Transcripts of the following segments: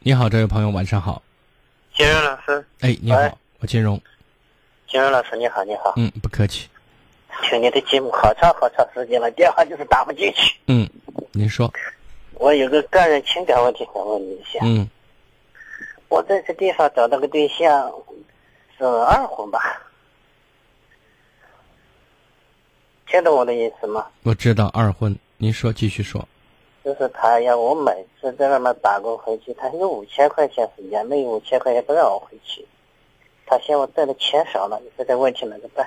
你好，这位朋友，晚上好。金融老师，哎，你好喂，我金融。金融老师你好，你好，嗯，不客气。听你的节目好长好长时间了，电话就是打不进去。嗯，您说。我有个个人情感问题想问你一下，嗯我在这地方找到个对象，是二婚吧？听懂我的意思吗？，我知道二婚。您说，继续说。就是他要我每次在外面打工回去，他有五千块钱时间，没有五千块钱不让我回去，他嫌我挣的钱少了，你说这问题怎么办？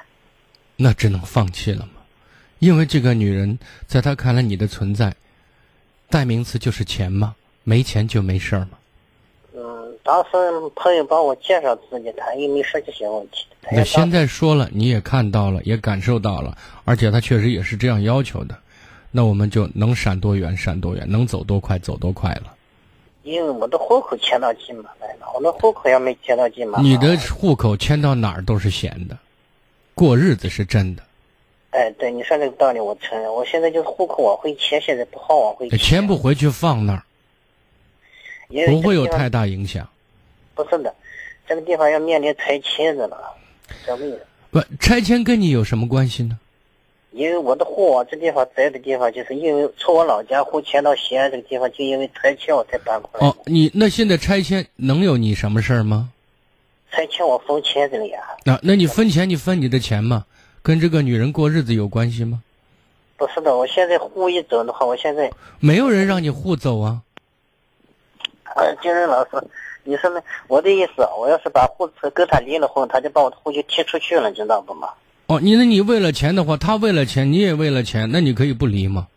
那只能放弃了嘛，因为这个女人在她看来你的存在，代名词就是钱嘛，没钱就没事儿嘛。嗯，当时朋友帮我介绍自己，他也没说这些问题。他那也现当在说了，你也看到了，也感受到了，而且她确实也是这样要求的，那我们就能闪多远闪多远，能走多快走多快了。因为我的户口迁到金门来了，我的户口要没迁到金门，你的户口迁到哪儿都是闲的，过日子是真的，哎，对你说这个道理我承认。我现在就是户口往回迁，现在不好往回迁，迁不回去放那儿因为不会有这个地太大影响。方不是的，这个地方要面临拆迁的了，这为了不，拆迁跟你有什么关系呢？因为我的户往这地方栽的地方，就是因为从我老家户迁到西安这个地方，就因为拆迁我才搬过来。哦，你那现在拆迁能有你什么事儿吗？拆迁我分迁这里啊，那、那你分钱，你分你的钱嘛，跟这个女人过日子有关系吗？不是的，我现在户一走的话，我现在没有人让你护走啊。呃，金润老师，你说呢？我的意思，啊我要是把户口跟他离了婚，他就把我的户籍踢出去了，你知道不嘛？哦，你那你为了钱的话，他为了钱，你也为了钱，那你可以不离吗？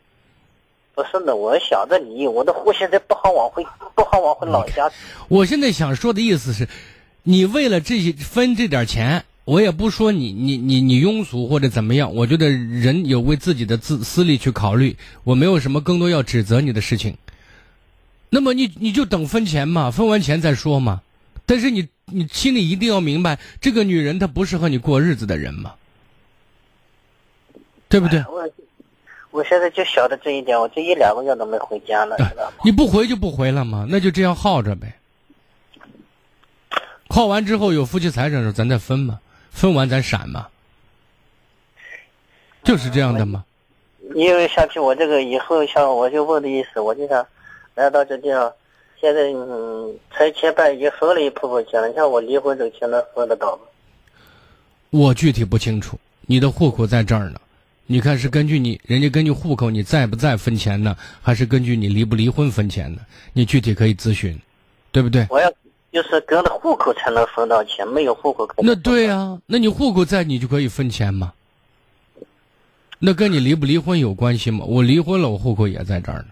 不是的，我想着离，我的户现在不好往回，不好往回老家。我现在想说的意思是，你为了这些分这点钱，我也不说你你你你庸俗或者怎么样，我觉得人有为自己的自私利去考虑，我没有什么更多要指责你的事情。那么你你就等分钱嘛，分完钱再说嘛。但是你你心里一定要明白，这个女人她不是和你过日子的人嘛，对不对？我我现在就想着这一点，我这一两个月都没回家了，知道吗？你不回就不回了嘛，那就这样耗着呗。耗完之后有夫妻财产的时候，咱再分嘛，分完咱闪嘛，就是这样的嘛。因为想起我这个以后，像我就问的意思，我就想来到这地方，现在嗯，拆迁办已经分了一部分钱了，你像我离婚这个钱能分得到吗？我具体不清楚，你的户口在这儿呢。你看是根据你人家根据户口你在不在分钱呢，还是根据你离不离婚分钱呢？你具体可以咨询，对不对？我要就是跟着户口才能分到钱，没有户口可能那对啊，那你户口在，你就可以分钱嘛。那跟你离不离婚有关系吗？我离婚了，我户口也在这儿呢。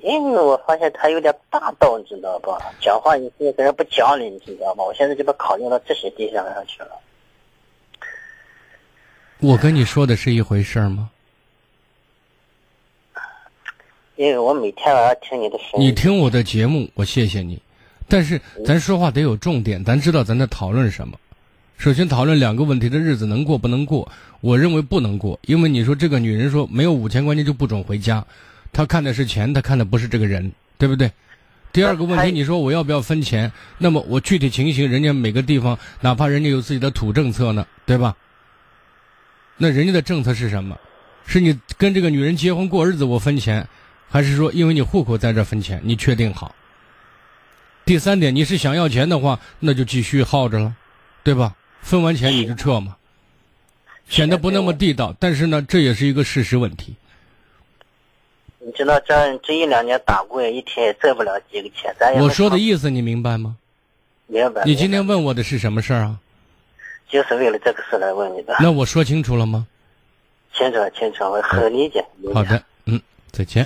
因为我发现他有点霸道，你知道吧？讲话有些跟人不讲理，你知道吧？我现在就把考虑到这些对象上去了。我跟你说的是一回事儿吗？因为我每天晚上听你的声你音，听我的节目，我谢谢你，但是咱说话得有重点，咱知道咱在讨论什么。首先讨论两个问题的日子能过不能过，我认为不能过，因为你说这个女人说没有五千块钱就不准回家，她看的是钱，她看的不是这个人，对不对？第二个问还题，你说我要不要分钱？那么我具体情形，人家每个地方，哪怕人家有自己的土政策呢，对吧？那人家的政策是什么？是你跟这个女人结婚过日子我分钱，还是说因为你户口在这儿分钱？你确定好。第三点，你是想要钱的话，那就继续耗着了，对吧？分完钱你就撤嘛，显得不那么地道。但是呢，这也是一个事实问题。你知道这这一两年打工，一天也挣不了几个钱，咱也我没说的什么意思你明白吗？明白。你今天问我的是什么事儿啊？就是为了这个事来问你的，那我说清楚了吗？清楚了清楚了，我很理解。理解好的，嗯，再见。